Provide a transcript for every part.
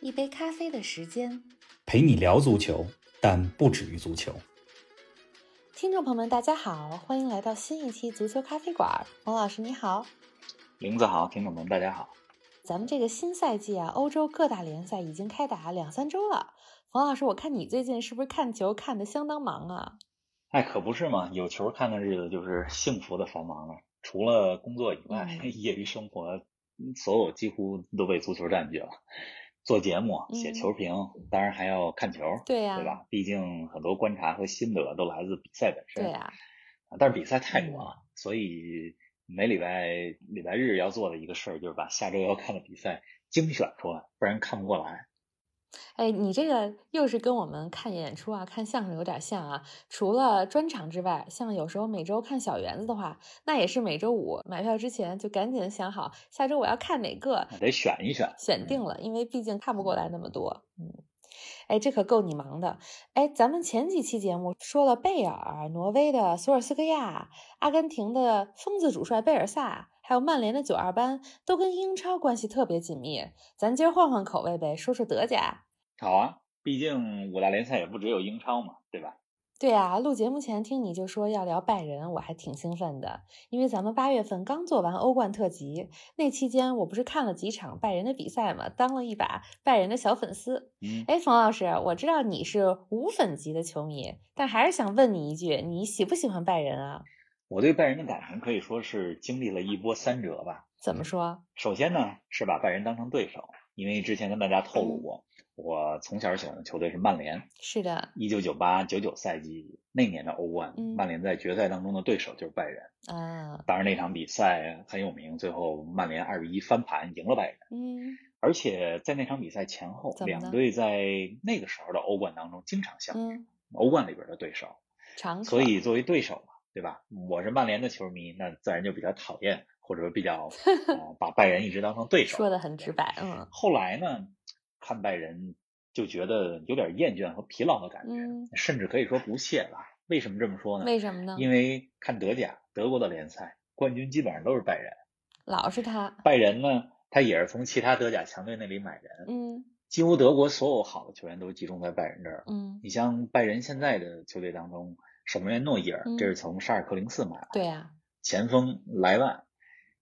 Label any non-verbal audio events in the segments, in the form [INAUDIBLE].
一杯咖啡的时间。陪你聊足球，但不止于足球。听众朋友们，大家好，欢迎来到新一期足球咖啡馆。冯老师你好，林子豪，听众朋友们，大家好。咱们这个新赛季啊，欧洲各大联赛已经开打两三周了。冯老师，我看你最近是不是看球看得相当忙啊？哎，可不是嘛，有球看的日子就是幸福的繁忙了。除了工作以外，嗯业余生活所有几乎都被足球占据了。做节目、写球评，嗯当然还要看球，对呀对吧？毕竟很多观察和心得都来自比赛本身。对啊，啊但是比赛太多了，嗯所以每礼拜礼拜日要做的一个事儿就是把下周要看的比赛精选出来，不然看不过来。哎，你这个又是跟我们看演出啊、看相声有点像啊。除了专场之外，像有时候每周看小园子的话，那也是每周五买票之前就赶紧想好下周我要看哪个，得选一选。选定了，因为毕竟看不过来那么多。嗯，哎，这可够你忙的。哎，咱们前几期节目说了贝尔、挪威的索尔斯克亚、阿根廷的疯子主帅贝尔萨，还有曼联的九二班，都跟英超关系特别紧密。咱今儿换换口味呗，说说德甲。好啊，毕竟五大联赛也不只有英超嘛，对吧？对啊，录节目前听你就说要聊拜仁，我还挺兴奋的，因为咱们八月份刚做完欧冠特辑，那期间我不是看了几场拜仁的比赛嘛，当了一把拜仁的小粉丝。嗯，哎，冯老师，我知道你是无粉级的球迷，但还是想问你一句，你喜不喜欢拜仁啊？我对拜仁的感情可以说是经历了一波三折吧。怎么说？首先呢，是把拜仁当成对手，因为之前跟大家透露过，我从小喜欢的球队是曼联。是的，一九九八九九赛季那年的欧冠嗯，曼联在决赛当中的对手就是拜仁。啊，当然那场比赛很有名，最后曼联二比一翻盘赢了拜仁。嗯，而且在那场比赛前后，怎么呢两队在那个时候的欧冠当中经常相遇，嗯，欧冠里边的对手。常客所以作为对手嘛，对吧？我是曼联的球迷，那自然就比较讨厌，或者说比 [LAUGHS] 较、呃、把拜仁一直当成对手。说的很直白，嗯后来呢，看拜仁就觉得有点厌倦和疲劳的感觉，嗯，甚至可以说不屑吧。为什么这么说呢？为什么呢？因为看德甲，德国的联赛冠军基本上都是拜仁。老是他，拜仁呢，他也是从其他德甲强队那里买人，嗯几乎德国所有好的球员都集中在拜仁这儿。嗯，你像拜仁现在的球队当中，守门员诺伊尔嗯，这是从沙尔克零四买来的，对啊，前锋莱万，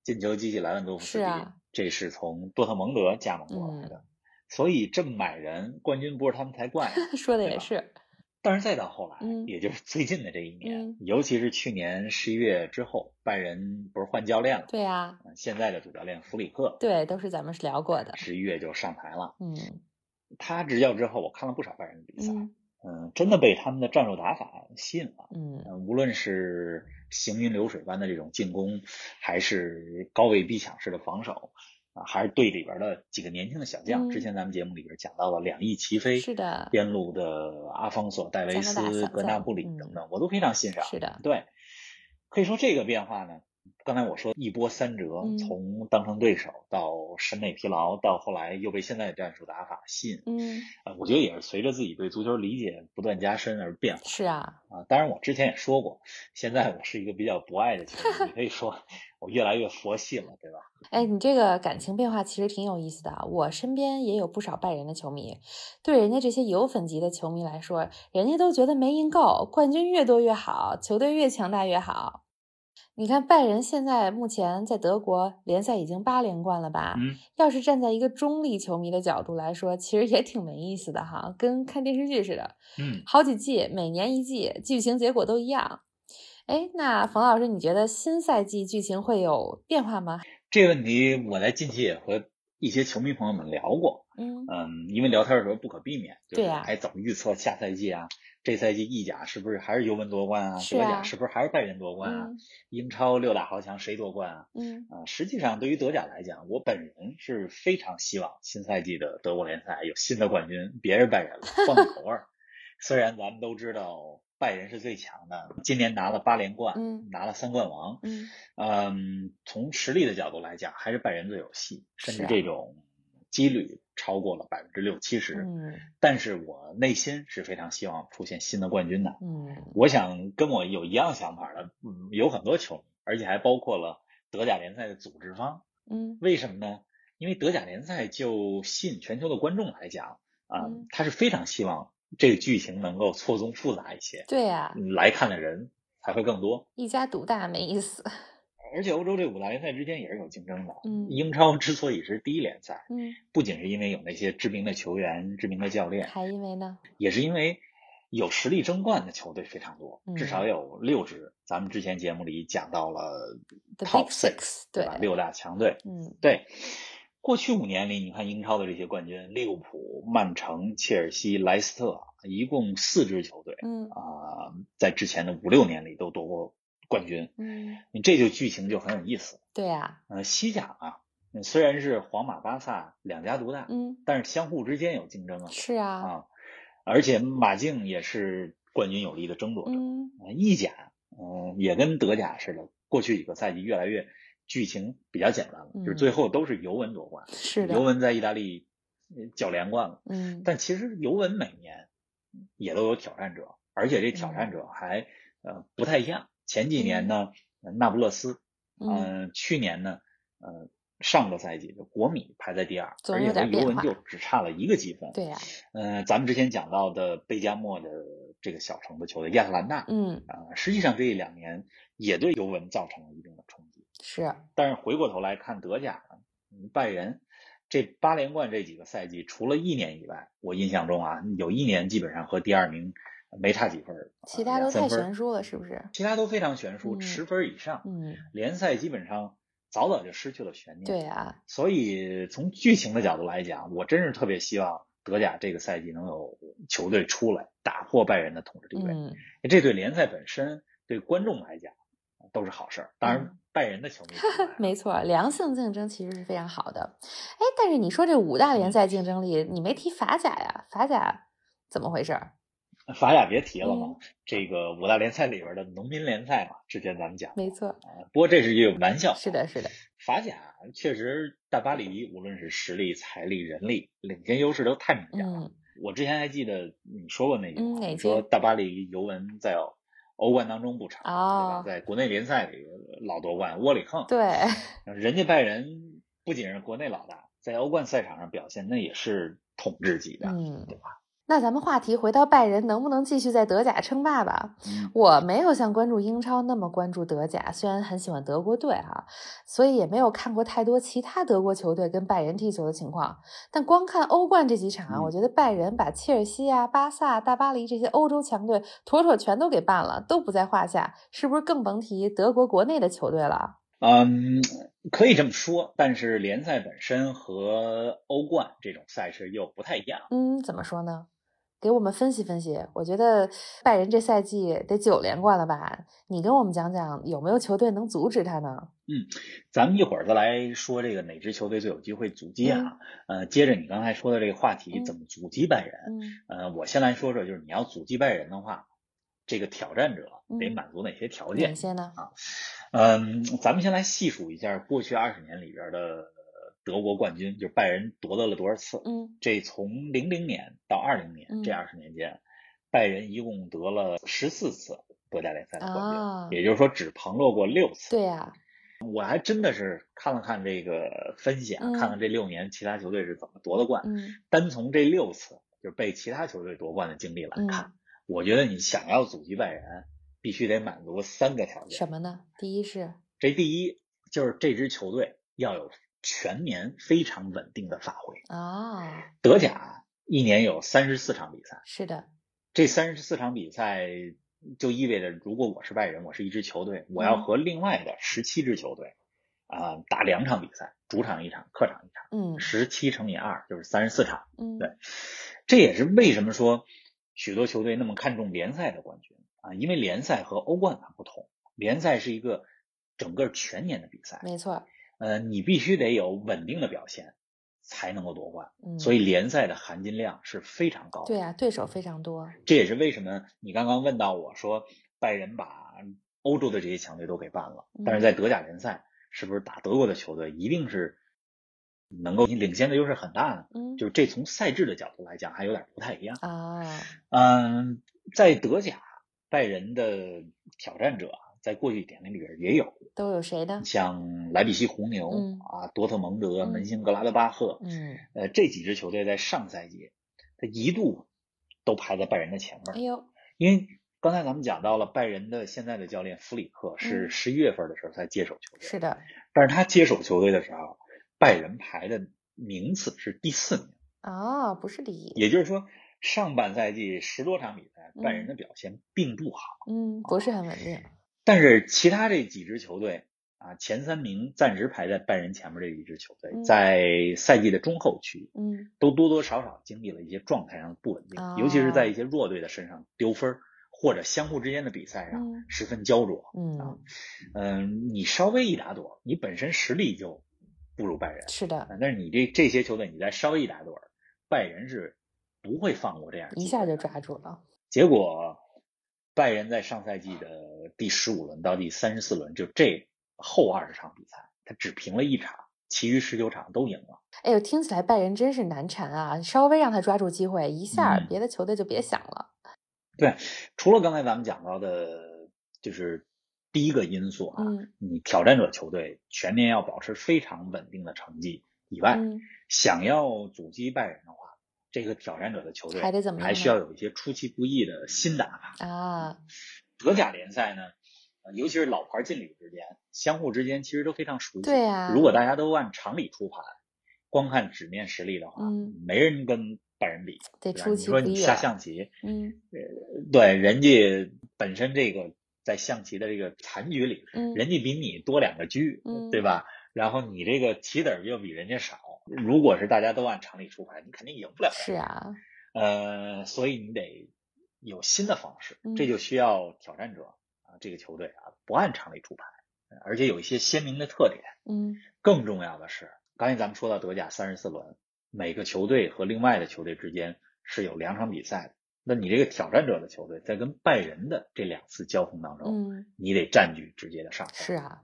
进球机器莱万多夫斯是基，啊嗯这是从多特蒙德加盟过来的。所以这么买人，冠军不是他们才怪 [LAUGHS] 啊、说的对也吧是，但是再到后来，嗯也就是最近的这一年，嗯尤其是去年十一月之后，拜仁不是换教练了，对啊，嗯现在的主教练弗里克，对，都是咱们聊过的，十一月就上台了。嗯他执教之后，我看了不少拜仁的比赛，嗯嗯，真的被他们的战术打法吸引了。嗯，呃无论是行云流水般的这种进攻，还是高位逼抢式的防守，啊，还是队里边的几个年轻的小将。嗯之前咱们节目里边讲到了两翼齐飞，是的，边路的阿方索、戴维加拿大小斯、将嗯格纳布里等等，我都非常欣赏。是的，对，可以说这个变化呢，刚才我说一波三折，嗯从当成对手到审美疲劳，到后来又被现在的战术打法吸引，嗯，呃我觉得也是随着自己对足球理解不断加深而变化。是啊，啊，当然我之前也说过，现在我是一个比较博爱的球迷，你可 [LAUGHS] 以说我越来越佛系了，对吧？哎，你这个感情变化其实挺有意思的啊。我身边也有不少拜仁的球迷，对人家这些有粉级的球迷来说，人家都觉得没赢够，冠军越多越好，球队越强大越好。你看拜仁现在目前在德国联赛已经八连冠了吧？嗯，要是站在一个中立球迷的角度来说，其实也挺没意思的哈，跟看电视剧似的，嗯，好几季，每年一季，剧情结果都一样。哎，那冯老师，你觉得新赛季剧情会有变化吗？这个问题我在近期也和一些球迷朋友们聊过，嗯，呃嗯，因为聊天的时候不可避免，就对是呀还怎么预测下赛季啊？这赛季意甲是不是还是尤文夺冠啊？是德啊甲是不是还是拜仁夺冠啊？嗯英超六大豪强谁夺冠啊？嗯啊，实际上对于德甲来讲，我本人是非常希望新赛季的德国联赛有新的冠军，别是拜仁了，换个口味儿。虽然咱们都知道拜仁是最强的，今年拿了八连冠，嗯拿了三冠王，嗯嗯，从实力的角度来讲，还是拜仁最有戏，甚是至啊这种几率超过了百分之六七十。嗯但是我内心是非常希望出现新的冠军的。嗯，我想跟我有一样想法的，嗯，有很多球迷，而且还包括了德甲联赛的组织方。嗯为什么呢？因为德甲联赛就吸引全球的观众来讲，啊、嗯他是非常希望这个剧情能够错综复杂一些，对呀、嗯来看的人才会更多。一家独大没意思。 [LAUGHS] 而且欧洲这五大联赛之间也是有竞争的。嗯英超之所以是第一联赛，嗯，不仅是因为有那些知名的球员、知名的教练，还因为呢？也是因为有实力争冠的球队非常多嗯，至少有六支。咱们之前节目里讲到了 The Top Big Six，对吧？对六大强队，嗯对。过去五年里，你看英超的这些冠军，利物浦、曼城、切尔西、莱斯特，一共四支球队嗯啊、在之前的五六年里都夺过冠军。嗯，你这就剧情就很有意思。对呀、呃，西甲啊，嗯虽然是皇马、巴萨两家独大，嗯但是相互之间有竞争啊是啊，啊，而且马竞也是冠军有力的争夺者。嗯呃意甲，嗯、也跟德甲似的，过去几个赛季越来越剧情比较简单了，就是最嗯后都是尤文夺冠。是的尤，文在意大利呃九连冠了，嗯但其实尤文每年也都有挑战者，而且这挑嗯战者还呃不太一样。前几年呢，呃那不勒斯，嗯呃，去年呢，呃，上个赛季的国米排在第二，总而有且和点尤变文化就只差了一个积分。对啊呀、呃，咱们之前讲到的贝加莫的这个小城的球队亚特兰大，嗯啊，实际上这一两年也对尤文造成了一定的冲击。是但是回过头来看德甲呢，嗯拜仁这八连冠这几个赛季，除了一年以外，我印象中啊，有一年基本上和第二名没差几分儿，其呃他两都三太分儿悬殊了，是不是？其他都非常悬殊，嗯十分以上，嗯，联赛基本上早早就失去了悬念。对，呀、啊所以从剧情的角度来讲，我真是特别希望德甲这个赛季能有球队出来打破拜仁的统治地位。嗯这对联赛本身对观众来讲都是好事儿，当然嗯。拜仁的球迷除外 [LAUGHS] 没错，良性竞争其实是非常好的。哎，但是你说这五大联赛竞争力，你没提法甲呀？法甲怎么回事儿？法甲别提了嘛，嗯这个五大联赛里边的农民联赛嘛，之前咱们讲，没错，不过这是一个玩笑。是的，，是的，法甲确实大巴黎无论是实力、财力、人力，领先优势都太明显了。嗯我之前还记得你说过那句话，嗯哪你说句大巴黎尤文在欧冠当中不长，哦对吧？在国内联赛里老夺冠，窝里横。对，人家拜仁不仅是国内老大，在欧冠赛场上表现那也是统治级的。嗯，那咱们话题回到拜仁，能不能继续在德甲称霸吧？嗯我没有像关注英超那么关注德甲，虽然很喜欢德国队啊，所以也没有看过太多其他德国球队跟拜仁踢球的情况。但光看欧冠这几场啊，嗯我觉得拜仁把切尔西啊、巴萨、大巴黎这些欧洲强队妥妥全都给办了，都不在话下，是不是更甭提德国国内的球队了？啊嗯，可以这么说，但是联赛本身和欧冠这种赛事又不太一样。嗯，怎么说呢？给我们分析分析，我觉得拜仁这赛季得九连冠了吧？你跟我们讲讲，有没有球队能阻止他呢？咱们一会儿再来说这个哪支球队最有机会阻击啊？呃，接着你刚才说的这个话题，嗯怎么阻击拜仁？嗯呃，我先来说说，就是你要阻击拜仁的话，这个挑战者得嗯满足哪些条哪件？些呢？嗯，咱们先来细数一下过去二十年里边的德国冠军，就是拜仁夺得了多少次？嗯这从零零年到二零年这嗯二十年间，拜仁一共得了十四次德甲联赛的冠军，啊，也就是说只旁落过六次。对呀、我还真的是看了看这个分析啊，嗯看看这六年其他球队是怎么夺的冠。嗯单从这六次就是被其他球队夺冠的经历来嗯，看，我觉得你想要阻击拜仁，必须得满足三个条件。嗯什么呢？第一是这第一就是这支球队要有全年非常稳定的发挥。啊、德甲一年有三十四场比赛，是的，这三十四场比赛就意味着，如果我是拜仁，我是一支球队，我要和另外的十七支球队啊、打两场比赛，主场一场，客场一场，嗯十七乘以二就是三十四场。嗯，对，这也是为什么说许多球队那么看重联赛的冠军啊，因为联赛和欧冠它不同，联赛是一个整个全年的比赛，没错，呃，你必须得有稳定的表现才能够夺冠，嗯，所以联赛的含金量是非常高的。对啊，对手非常多，这也是为什么你刚刚问到我说拜仁把欧洲的这些强队都给办了，但嗯是在德甲联赛是不是打德国的球队一定是能够领先的优势很大呢？嗯，就是这从赛制的角度来讲还有点不太一样。啊，嗯，在德甲，拜仁的挑战者啊在过去一点里边也有，都有谁呢？像莱比锡红牛、嗯啊、多特蒙德、嗯门兴格拉德巴赫，嗯，呃，这几支球队在上赛季，它一度都排在拜仁的前面哎。呦，因为刚才咱们讲到了拜仁的现在的教练弗里克是嗯十一月份的时候才接手球队，是的，但是他接手球队的时候，拜仁排的名次是第四名，哦，不是李，也就是说上半赛季十多场比赛，拜仁的表现并不好，嗯，不是很稳定，但是其他这几支球队。啊，前三名暂时排在拜仁前面这几支球队，嗯在赛季的中后期嗯，都多多少少经历了一些状态上的不稳定，尤其是哦在一些弱队的身上丢分儿，或者相互之间的比赛上嗯十分焦灼。啊嗯，嗯，你稍微一打盹儿，你本身实力就不如拜仁，是的，啊但是你这这些球队，你再稍微一打盹儿，拜仁是不会放过这样的一机下会就的。抓住了，结果，拜仁在上赛季的第十五轮到第三十四轮，就这后二十场比赛，他只平了一场，其余十九场都赢了。哎呦，听起来拜仁真是难缠啊，稍微让他抓住机会，一下儿嗯别的球队就别想了，除了刚才咱们讲到的，就是第一个因素啊，嗯你挑战者球队全年要保持非常稳定的成绩以外，嗯，想要阻击拜仁的话，这个挑战者的球队还得怎么样还呢需要有一些出其不意的新打法。啊，嗯德甲联赛呢，呃尤其是老牌劲旅之间，相互之间其实都非常熟悉。对呀如果大家都按常理出牌，光看纸面实力的话，嗯没人跟拜仁比。得对吧啊出你其说不你意下了象棋，嗯对人家本身这个在象棋的这个残局里，嗯，人家比你多两个车，嗯对吧？然后你这个棋子儿又比人家少，如果是大家都按常理出牌，你肯定赢不了。是啊，呃，所以你得有新的方式，嗯这就需要挑战者啊，这个球队啊不按常理出牌，呃而且有一些鲜明的特点。嗯更重要的是，刚才咱们说到德甲三十四轮，每个球队和另外的球队之间是有两场比赛的。那你这个挑战者的球队在跟拜仁的这两次交锋当中，嗯，你得占据直接的上风。是啊，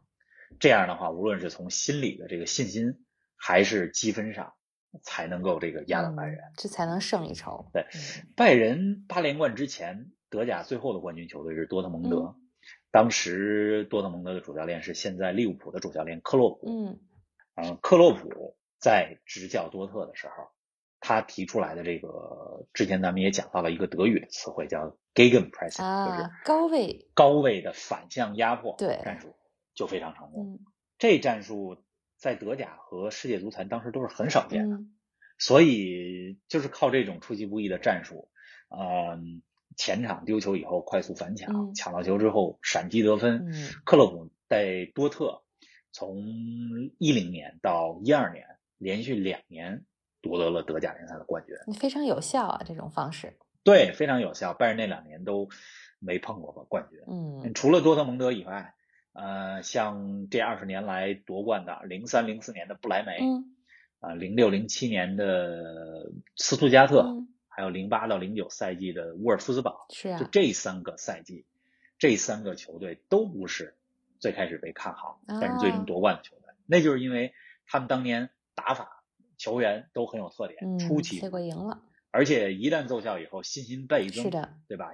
这样的话，无论是从心理的这个信心，还是积分上，才能够这个压倒拜仁。嗯这才能胜一筹。对嗯拜仁八连冠之前，德甲最后的冠军球队是多特蒙德。嗯当时多特蒙德的主教练是现在利物浦的主教练克洛普。嗯嗯、克洛普在执教多特的时候，他提出来的这个，之前咱们也讲到了一个德语的词汇叫 “gegenpressing”，、就是啊，高位，高位的反向压迫对战术，就非常成功。嗯这战术在德甲和世界足坛当时都是很少见的。嗯所以就是靠这种出其不意的战术，嗯，前场丢球以后快速反抢，嗯抢到球之后闪击得分。嗯克洛普在多特从一零年到一二年连续两年夺得了德甲联赛的冠军，非常有效啊，这种方式。对，非常有效。拜仁那两年都没碰过冠军，嗯除了多特蒙德以外。呃，像这二十年来夺冠的，零三零四年的不莱梅，嗯啊，零六零七年的斯图加特，嗯，还有零八到零九赛季的沃尔夫斯堡，是啊就这三个赛季，这三个球队都不是最开始被看好，但是最啊终夺冠的球队。那就是因为他们当年打法、球员都很有特点，嗯，出奇结果赢了。而且一旦奏效以后，信心倍增，是的，对吧？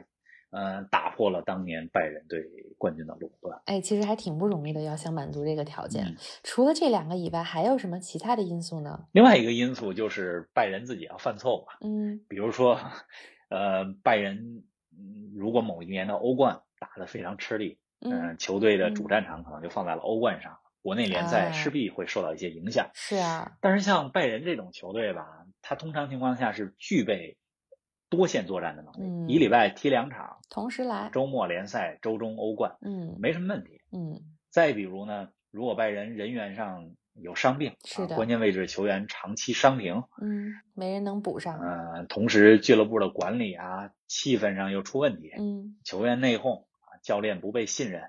呃，打破了当年拜仁对冠军的垄断。哎，其实还挺不容易的，要想满足这个条件嗯。除了这两个以外，还有什么其他的因素呢？另外一个因素就是拜仁自己要犯错误啊，嗯比如说，呃，拜仁嗯如果某一年的欧冠打得非常吃力，嗯，嗯，球队的主嗯战场可能就放在了欧冠上，国内联赛啊势必会受到一些影响。是啊，但是像拜仁这种球队吧，它通常情况下是具备多线作战的能力，嗯一礼拜踢两场，同时来。周末联赛、周中欧冠，嗯没什么问题。嗯再比如呢，如果拜仁人员上有伤病，是的啊，关键位置球员长期伤停，嗯，没人能补上，嗯、同时俱乐部的管理啊，气氛上又出问题，嗯球员内讧啊，教练不被信任，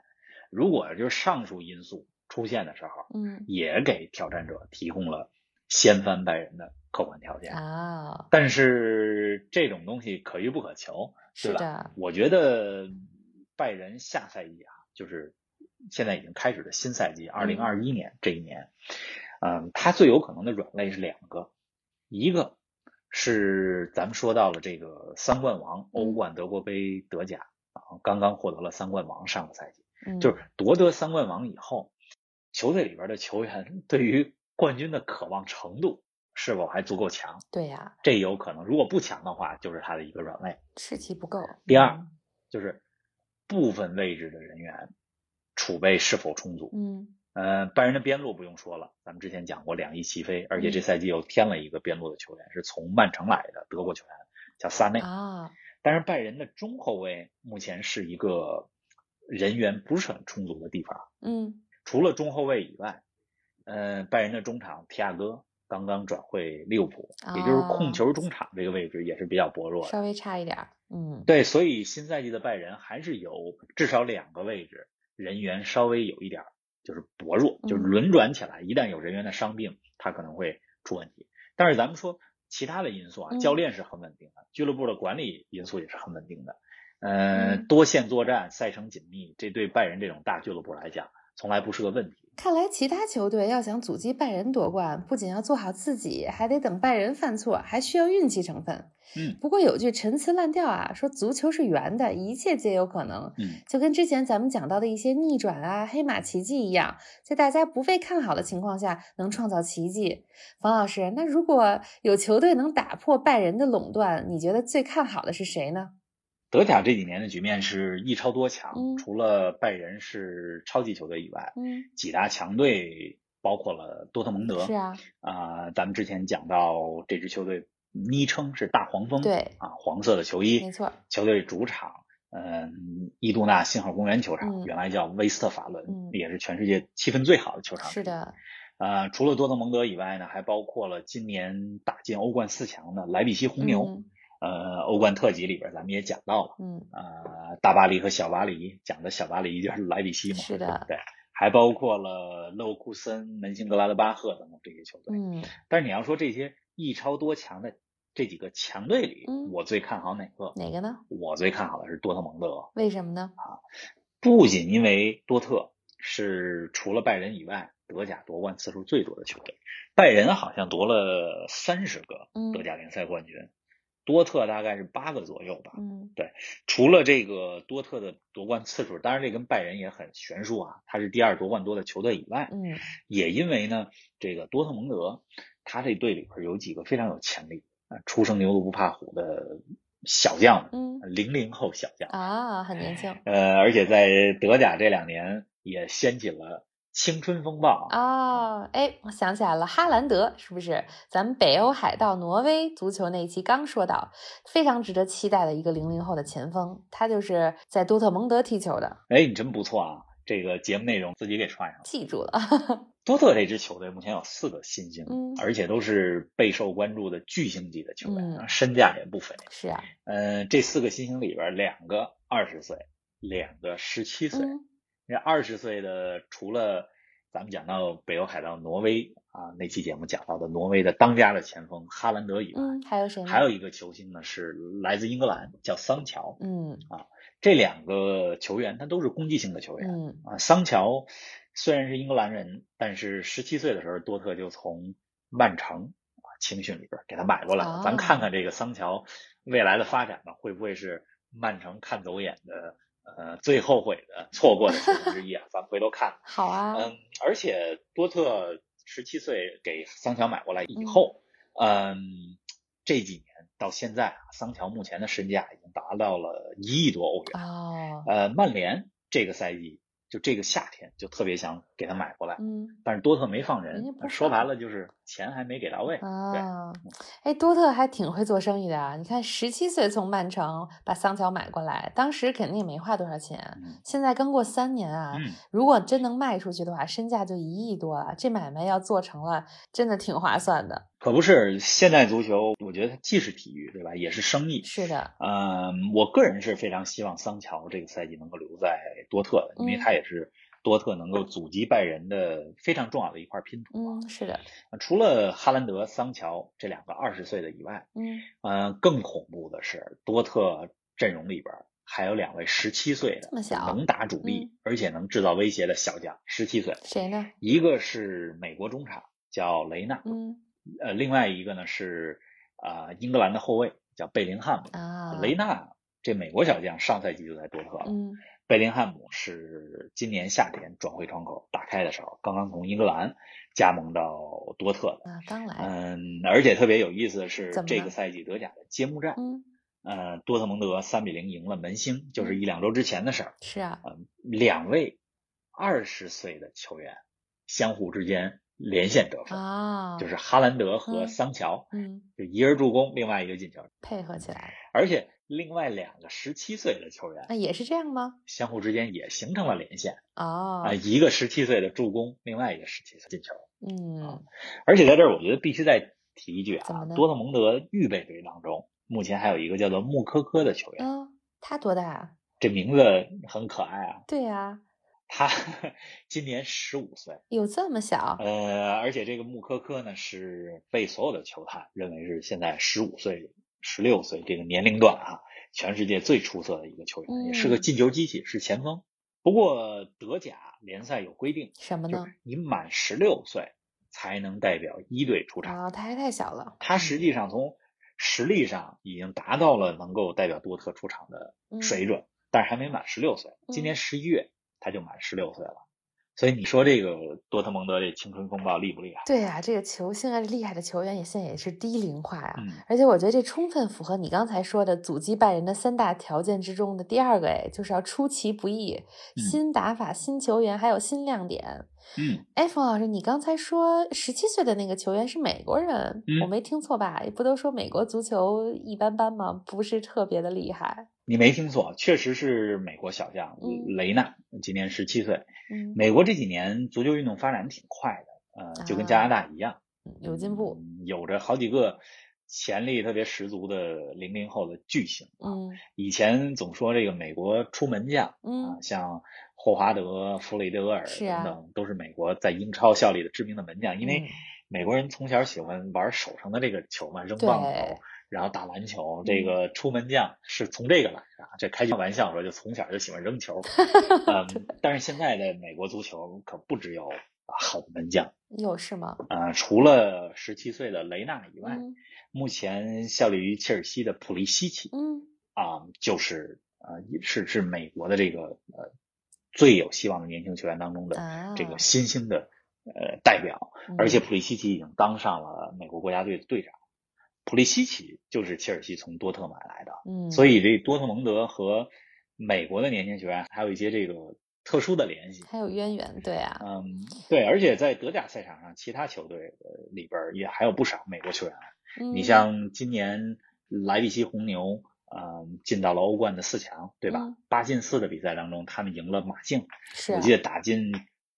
如果就是上述因素出现的时候，嗯也给挑战者提供了掀翻拜仁的客观条件。啊，但是这种东西可遇不可求，是对吧的，我觉得拜仁下赛季啊，就是现在已经开始的新赛季，二零二一年这一年，嗯，他最有可能的软肋是两个，一个是咱们说到了这个三冠王，欧冠、德国杯、德甲，啊，刚刚获得了三冠王，上个赛季嗯就是夺得三冠王以后，球队里边的球员对于冠军的渴望程度是否还足够强，对呀，这有可能，如果不强的话，就是他的一个软肋。士气不够。第二嗯就是部分位置的人员储备是否充足。嗯呃，拜仁的边路不用说了，咱们之前讲过两翼齐飞，而且嗯这赛季又添了一个边路的球员，是从曼城来的德国球员，叫萨内。啊，但是拜仁的中后卫目前是一个人员不是很充足的地方，嗯除了中后卫以外，呃，拜仁的中场提亚戈刚刚转会利物浦，也就是控啊球中场这个位置也是比较薄弱的。稍微差一点儿，嗯对，所以新赛季的拜仁还是有至少两个位置人员稍微有一点儿就是薄弱，就嗯是轮转起来，一旦有人员的伤病，他可能会出问题。但是咱们说其他的因素啊，教嗯练是很稳定的，俱乐部的管理因素也是很稳定的。呃，嗯多线作战、赛程紧密，这对拜仁这种大俱乐部来讲，从来不是个问题。看来其他球队要想阻击拜仁夺冠，不仅要做好自己，还得等拜仁犯错，还需要运气成分。嗯不过有句陈词滥调啊，说足球是圆的，一切皆有可能。嗯，就跟之前咱们讲到的一些逆转啊、黑马奇迹一样，在大家不被看好的情况下，能创造奇迹。冯老师，那如果有球队能打破拜仁的垄断，你觉得最看好的是谁呢？德甲这几年的局面是一超多强，嗯除了拜仁是超级球队以外，嗯，几大强队包括了多特蒙德，是啊，啊、咱们之前讲到这支球队昵称是大黄蜂，对啊，黄色的球衣，没错，球队主场，嗯，伊杜纳信号公园球场，嗯原来叫威斯特法伦，嗯也是全世界气氛最好的球场。是。的，啊、除了多特蒙德以外呢，还包括了今年打进欧冠四强的莱比锡红牛。嗯呃，欧冠特辑里边咱们也讲到了，嗯，啊，大巴黎和小巴黎讲的小巴黎就是莱比锡嘛，是的对，还包括了勒沃库森、门兴格拉德巴赫等等这些球队。嗯但是你要说这些一超多强的这几个强队里，嗯我最看好哪个？哪个呢？我最看好的是多特蒙德，为什么呢？不仅因为多特是除了拜仁以外德甲夺冠次数最多的球队，拜仁好像夺了三十个嗯德甲联赛冠军，多特大概是八个左右吧。嗯除了这个多特的夺冠次数，当然这跟拜仁也很悬殊啊，他是第二夺冠多的球队以外，嗯也因为呢，这个多特蒙德，他这队里边有几个非常有潜力啊，初生牛犊不怕虎的小将们，嗯零零后小将，啊，很年轻呃，而且在德甲这两年也掀起了青春风暴啊，哦，哎，我想起来了，哈兰德是不是？咱们北欧海盗挪威足球那一期刚说到，非常值得期待的一个零零后的前锋，他就是在多特蒙德踢球的，哎，你真不错啊，这个节目内容自己给串上了。记住了。 [LAUGHS] 多特这支球队目前有四个新星，嗯而且都是备受关注的巨星级的球员，啊嗯身价也不菲。是啊，嗯，这四个新星里边，两个二十岁，两个十七岁。嗯那二十岁的，除了咱们讲到北欧海盗挪威啊那期节目讲到的挪威的当家的前锋哈兰德以外，嗯，还有谁呢？还有一个球星呢是来自英格兰，叫桑乔。嗯这两个球员他都是攻击型的球员、嗯啊。桑乔虽然是英格兰人，但是十七岁的时候，多特就从曼城啊青训里边给他买过来了。哦咱看看这个桑乔未来的发展呢，会不会是曼城看走眼的呃最后悔的错过的球员之一啊？咱们回头看。 [LAUGHS] 好啊，嗯，而且多特十七岁给桑乔买过来以后，嗯，这几年到现在啊，桑乔目前的身价已经达到了一亿多欧元。哦，呃，曼联这个赛季就这个夏天就特别想给他买过来，嗯但是多特没放人家人不，说白放了就是钱还没给到位。啊，哎，多特还挺会做生意的啊！你看，十七岁从曼城把桑乔买过来，当时肯定也没花多少钱，嗯现在刚过三年啊，嗯，如果真能卖出去的话，身价就一亿多了。这买卖要做成了，真的挺划算的。可不是，现代足球我觉得它既是体育，对吧，也是生意。是的，嗯，我个人是非常希望桑乔这个赛季能够留在多特的，因为嗯他也是多特能够阻击拜仁的非常重要的一块拼图啊。嗯，是的，除了哈兰德、桑乔这两个二十岁的以外，嗯，嗯，更恐怖的是多特阵容里边儿还有两位十七岁的这么小能打主嗯，力而且能制造威胁的小将，十七岁，谁呢？一个是美国中场叫雷纳，嗯呃，另外一个呢是呃英格兰的后卫叫贝林汉姆。啊，雷纳这美国小将上赛季就在多特了，嗯贝林汉姆是今年夏天转会窗口打开的时候，刚刚从英格兰加盟到多特的。啊，刚来，嗯，而且特别有意思的是怎，么这了个赛季德甲的揭幕战，嗯，呃，多特蒙德三比零赢了门兴，就是一两周之前的事儿。是啊，两位二十岁的球员相互之间连线得分，啊，就是哈兰德和嗯桑乔，嗯，就一人助攻，另外一个进球，配合起来了，而且另外两个十七岁的球员那也是这样吗？相互之间也形成了连线哦啊、，一个十七岁的助攻，另外一个十七岁进球。哦嗯，而且在这儿，我觉得必须再提一句怎么啊，呢多特蒙德预备队当中，目前还有一个叫做穆科科的球员，嗯，他多大啊？这名字很可爱啊，对啊，他 [LAUGHS] 今年十五岁。有这么小？呃，而且这个穆科科呢，是被所有的球探认为是现在十五岁、十六岁这个年龄段啊，全世界最出色的一个球员，也是个嗯进球机器，是前锋。不过德甲联赛有规定，什么就呢？是你满十六岁才能代表一队出场。啊，他还太小了。他实际上从实力上已经达到了能够代表多特出场的嗯水准，但是还没满十六岁。今嗯年十一月他就满十六岁了，所以你说这个多特蒙德这青春风暴厉不厉害？对啊，这个球现在厉害的球员也现在也是低龄化呀、嗯，而且我觉得这充分符合你刚才说的阻击拜仁的三大条件之中的第二个，哎，就是要出其不意、嗯新打法、新球员，还有新亮点。嗯，哎，冯老师，你刚才说十七岁的那个球员是美国人，我嗯没听错吧？不都说美国足球一般般吗？不是特别的厉害。你没听错，确实是美国小将嗯雷纳，今年十七岁。嗯，美国这几年足球运动发展挺快的，呃，就跟加拿大一样，啊有进步。嗯，有着好几个潜力特别十足的零零后的巨星啊。嗯以前总说这个美国出门将啊嗯，像霍华德、弗雷德尔是啊等等，都是美国在英超效力的知名的门将。因嗯为美国人从小喜欢玩手上的这个球嘛，扔棒对球，然后打篮球。这嗯个出门将是从这个来的啊。这开句玩笑说，就从小就喜欢扔球。 [LAUGHS] 嗯，但是现在的美国足球可不只有好的门将，有是吗？呃，除了十七岁的雷纳以外，嗯目前效力于切尔西的普利西奇。嗯啊，就是呃，是是美国的这个呃最有希望的年轻球员当中的啊，嗯这个新兴的呃代表，而且普利西奇已经当上了美国国家队的队长。普利西奇就是切尔西从多特买来的，嗯，嗯所以这多特蒙德和美国的年轻球员还有一些这个特殊的联系。嗯还有渊源，对啊，嗯，对，而且在德甲赛场上，其他球队呃里边儿也还有不少美国球员啊你嗯像今年莱比锡红牛，呃，进到了欧冠的四强，对吧嗯？八进四的比赛当中，他们赢了马竞，是我啊记得打进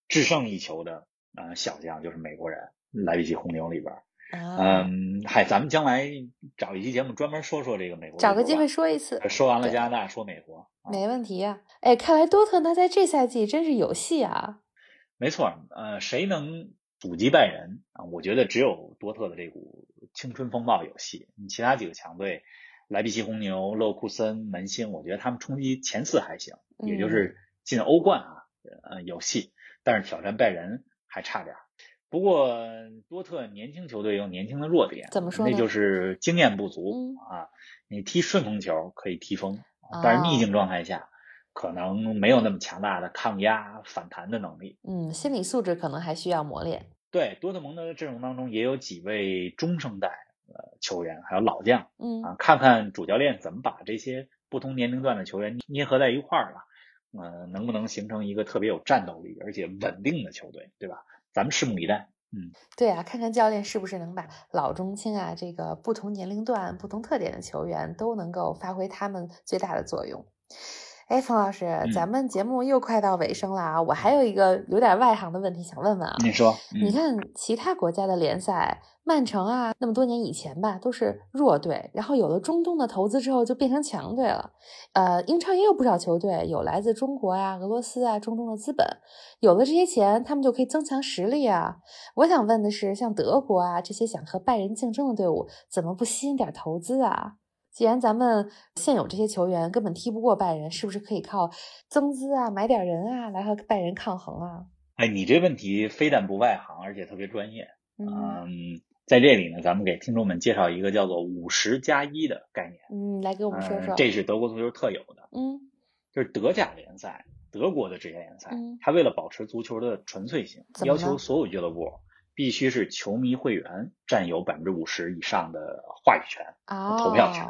制胜一球的，呃，小将就是美国人，莱比锡红牛里边儿。啊，嗯，嗨，咱们将来找一期节目专门说说这个美国，找个机会。说一次，说完了对加拿大，说美国，啊没问题呀、哎，看来多特他在这赛季真是有戏啊！没错儿，呃，谁能阻击拜仁啊？我觉得只有多特的这股青春风暴有戏。你其他几个强队，莱比锡红牛、勒沃库森、门兴，我觉得他们冲击前四还行，也嗯就是进欧冠啊，呃，有戏。但是挑战拜仁还差点儿。不过多特年轻球队有年轻的弱点，怎么说那呢就是经验不嗯足、啊。你踢顺风球可以踢疯，但是逆哦境状态下。可能没有那么强大的抗压、反弹的能力，嗯，心理素质可能还需要磨练。对，多特蒙德的阵容当中也有几位中生代呃球员，还有老将啊嗯啊，看看主教练怎么把这些不同年龄段的球员捏合在一块儿了。呃，能不能形成一个特别有战斗力而且稳定的球队，对吧？咱们拭目以待。嗯，对啊，看看教练是不是能把老中青啊这个不同年龄段、不同特点的球员都能够发挥他们最大的作用。哎，冯老师，嗯咱们节目又快到尾声了啊，我还有一个有点外行的问题想问问啊。你说，你嗯，看其他国家的联赛，曼城啊，那么多年以前吧，都是弱队，然后有了中东的投资之后，就变成强队了。呃，英超也有不少球队有来自中国啊、俄罗斯啊、中东的资本，有了这些钱，他们就可以增强实力啊。我想问的是，像德国啊这些想和拜仁竞争的队伍，怎么不吸引点投资啊？既然咱们现有这些球员根本踢不过拜仁，是不是可以靠增资啊、买点人啊来和拜仁抗衡啊？哎，你这问题非但不外行，而且特别专业。嗯嗯，在这里呢，咱们给听众们介绍一个叫做“五十加一”的概念。嗯，来给我们说嗯说。这是德国足球特有的，嗯就是德甲联赛，德国的职业联赛嗯，它为了保持足球的纯粹性，怎么要呢求所有俱乐部必须是球迷会员占有百分之五十以上的话语权。啊，投票权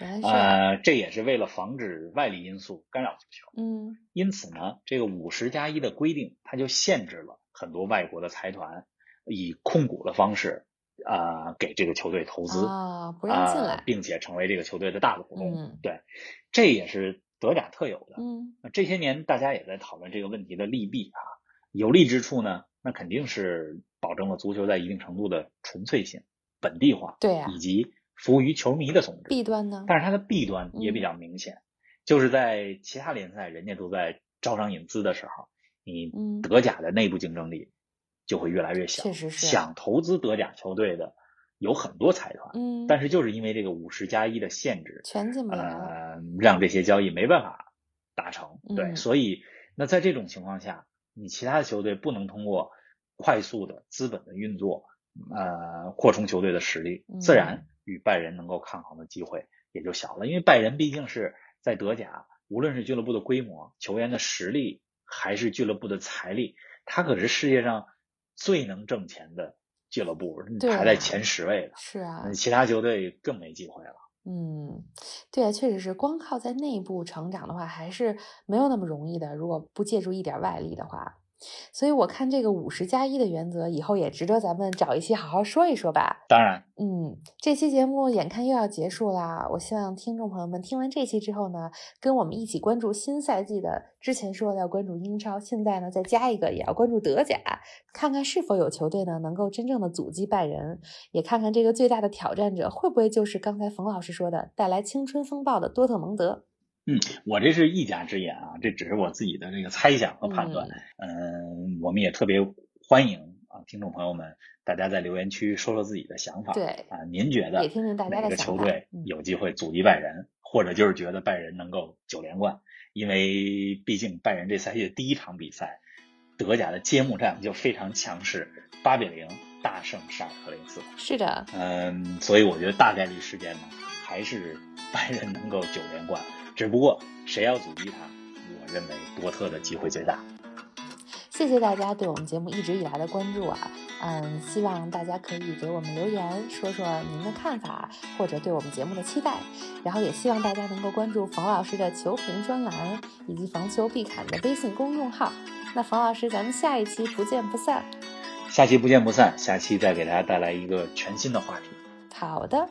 原来是这样，呃，这也是为了防止外力因素干扰足球。嗯因此呢，这个五十加一的规定，它就限制了很多外国的财团以控股的方式啊、呃给这个球队投资啊、啊，不让进呃来，并且成为这个球队的大股东。嗯对，这也是德甲特有的。嗯那这些年大家也在讨论这个问题的利弊啊，有利之处呢，那肯定是保证了足球在一定程度的纯粹性、本地化，对啊以及服务于球迷的统治。弊端呢？但是它的弊端也比嗯较明显，就是在其他联赛人家都在招商引资的时候，你嗯德甲的内部竞争力就会越来越小。确实是想投资德甲球队的有很多财团，嗯，但是是就是因为这个五十加一的限制，全进不来了，呃，让这些交易没办法达成。对，嗯所以那在这种情况下，你其他的球队不能通过快速的资本的运作，呃，扩充球队的实力，嗯自然与拜仁能够抗衡的机会也就小了。因为拜仁毕竟是在德甲，无论是俱乐部的规模、球员的实力，还是俱乐部的财力，它可是世界上最能挣钱的俱乐部，对排在啊前十位的。是啊，嗯其他球队更没机会了。嗯，对啊，确实是，光靠在内部成长的话，还是没有那么容易的。如果不借助一点外力的话，所以我看这个五十加一的原则，以后也值得咱们找一期好好说一说吧。当然，嗯，这期节目眼看又要结束啦，我希望听众朋友们听完这期之后呢，跟我们一起关注新赛季的。之前说的要关注英超，现在呢再加一个也要关注德甲，看看是否有球队呢能够真正的阻击拜仁，也看看这个最大的挑战者会不会就是刚才冯老师说的带来青春风暴的多特蒙德。我这是一家之言啊，这只是我自己的这个猜想和判断。嗯，我们也特别欢迎啊，听众朋友们，大家在留言区说说自己的想法。对，啊，您觉得也听听大家哪的个想球法队嗯有机会阻击拜仁，或者就是觉得拜仁能够九连冠？因为毕竟拜仁这赛季的第一场比赛，德甲的揭幕战就非常强势，八比零大胜沙尔克雷斯。是的，嗯，所以我觉得大概率事件呢，还是拜仁能够九连冠，只不过谁要阻击他，我认为多特的机会最大。谢谢大家对我们节目一直以来的关注啊，嗯，希望大家可以给我们留言，说说您的看法或者对我们节目的期待，然后也希望大家能够关注冯老师的球评专栏以及防球必侃的微信公众号。那冯老师，咱们下一期不见不散。下期不见不散，下期再给大家带来一个全新的话题。好的，